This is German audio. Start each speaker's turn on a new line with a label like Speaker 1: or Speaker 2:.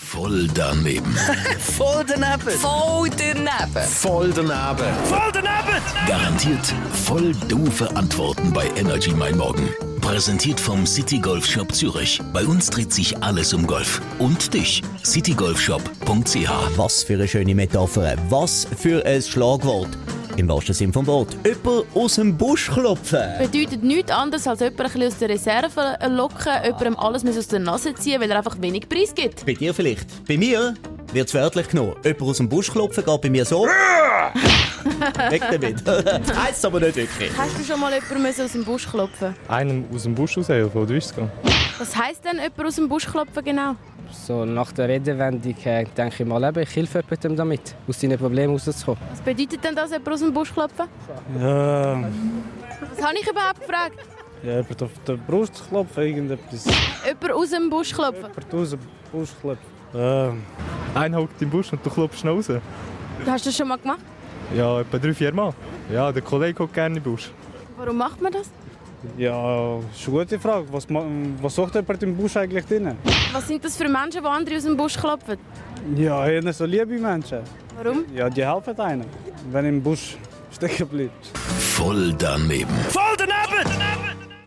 Speaker 1: Voll daneben.
Speaker 2: Voll daneben.
Speaker 3: Voll daneben.
Speaker 1: Voll daneben.
Speaker 2: Voll daneben!
Speaker 1: Garantiert voll doofe Antworten bei Energy Mein Morgen. Präsentiert vom City Golf Shop Zürich. Bei uns dreht sich alles um Golf. Und dich, citygolfshop.ch.
Speaker 4: Was für eine schöne Metapher. Was für ein Schlagwort. Im wahrsten Sinn vom Wort. Jemand aus dem Busch klopfen.
Speaker 5: bedeutet nichts anderes, als jemanden ein bisschen aus der Reserve locken, jemandem alles muss aus der Nase ziehen, weil er einfach wenig Preis gibt.
Speaker 4: Bei dir vielleicht. Bei mir wird es wörtlich genommen. Jemand aus dem Busch klopfen geht bei mir so. Weg damit. das heisst aber nicht wirklich.
Speaker 5: Hast du schon mal jemanden müssen aus dem Busch klopfen?
Speaker 6: einem aus dem Busch raushelfen, oder wie ist es gegangen?
Speaker 5: Was heisst denn jemanden aus dem Busch klopfen genau?
Speaker 7: So, nach der Redewendung äh, denke ich mal, eben, ich helfe jemandem damit, aus seinen Problemen rauszukommen.
Speaker 5: Was bedeutet denn das, jemanden aus dem Busch klopfen? Was habe ich überhaupt gefragt?
Speaker 8: Ja, jemand auf der Brust klopfen, irgendetwas.
Speaker 5: Jemanden aus dem Busch klopfen?
Speaker 8: Jemand aus der Brust klopfen. Ähm,
Speaker 6: Einer hockt im Busch und du klopfst ihn raus.
Speaker 5: Hast du das schon mal gemacht?
Speaker 6: Ja, etwa drei, vier Mal. Ja, der Kollege hockt gerne im Busch.
Speaker 5: Warum macht man das?
Speaker 8: ja, ist eine gute Frage. Was, ma- was sucht jemand im Busch eigentlich drin?
Speaker 5: Was sind das für Menschen, die andere aus dem Busch klopfen?
Speaker 8: Ja, eher so liebe Menschen.
Speaker 5: Warum?
Speaker 8: Ja, die helfen einem, wenn im Busch stecken bleibt.
Speaker 1: Voll daneben. Voll